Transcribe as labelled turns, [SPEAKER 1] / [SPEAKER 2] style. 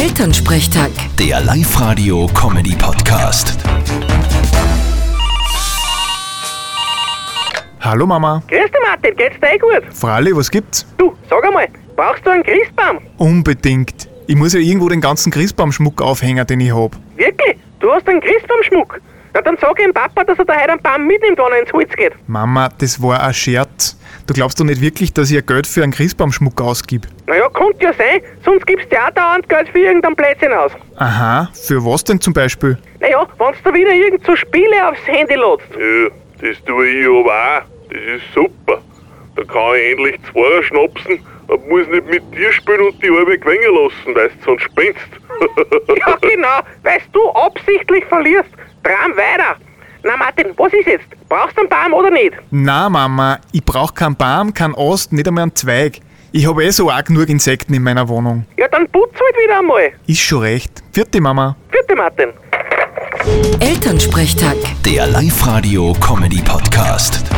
[SPEAKER 1] Elternsprechtag.
[SPEAKER 2] Der Live-Radio-Comedy-Podcast.
[SPEAKER 3] Hallo Mama.
[SPEAKER 4] Grüß dich, Martin, geht's dir eh gut?
[SPEAKER 3] Fralli, was gibt's?
[SPEAKER 4] Du, sag einmal, brauchst du einen Christbaum?
[SPEAKER 3] Unbedingt. Ich muss ja irgendwo den ganzen Christbaumschmuck aufhängen, den ich hab.
[SPEAKER 4] Wirklich? Du hast einen Christbaumschmuck? Na, dann sag ihm Papa, dass er da heute einen Baum mitnimmt, wenn er ins Holz geht.
[SPEAKER 3] Mama, das war ein Scherz. Du glaubst doch nicht wirklich, dass ich ihr Geld für einen Christbaumschmuck ausgib.
[SPEAKER 4] Naja, könnte ja sein, sonst gibst du ja auch dauernd Geld für irgendeinen Blödsinn aus.
[SPEAKER 3] Aha, für was denn zum Beispiel?
[SPEAKER 4] Naja, wenn's da wieder irgend so Spiele aufs Handy lädst.
[SPEAKER 5] Ja, das tue ich aber auch. Das ist super. Da kann ich endlich zwei schnapsen und muss nicht mit dir spielen und die halbe gewinnen lassen, weil du sonst spinnst.
[SPEAKER 4] Ja, genau, weißt du absichtlich verlierst. Tram weiter. Na, Martin, was ist jetzt? Brauchst du einen Baum oder nicht?
[SPEAKER 3] Na Mama, ich brauch keinen Baum, keinen Ast, nicht einmal einen Zweig. Ich habe eh so arg genug Insekten in meiner Wohnung.
[SPEAKER 4] Ja, dann putz halt wieder einmal.
[SPEAKER 3] Ist schon recht. Vierte Mama.
[SPEAKER 4] Vierte Martin.
[SPEAKER 1] Elternsprechtag.
[SPEAKER 2] Der Live-Radio-Comedy-Podcast.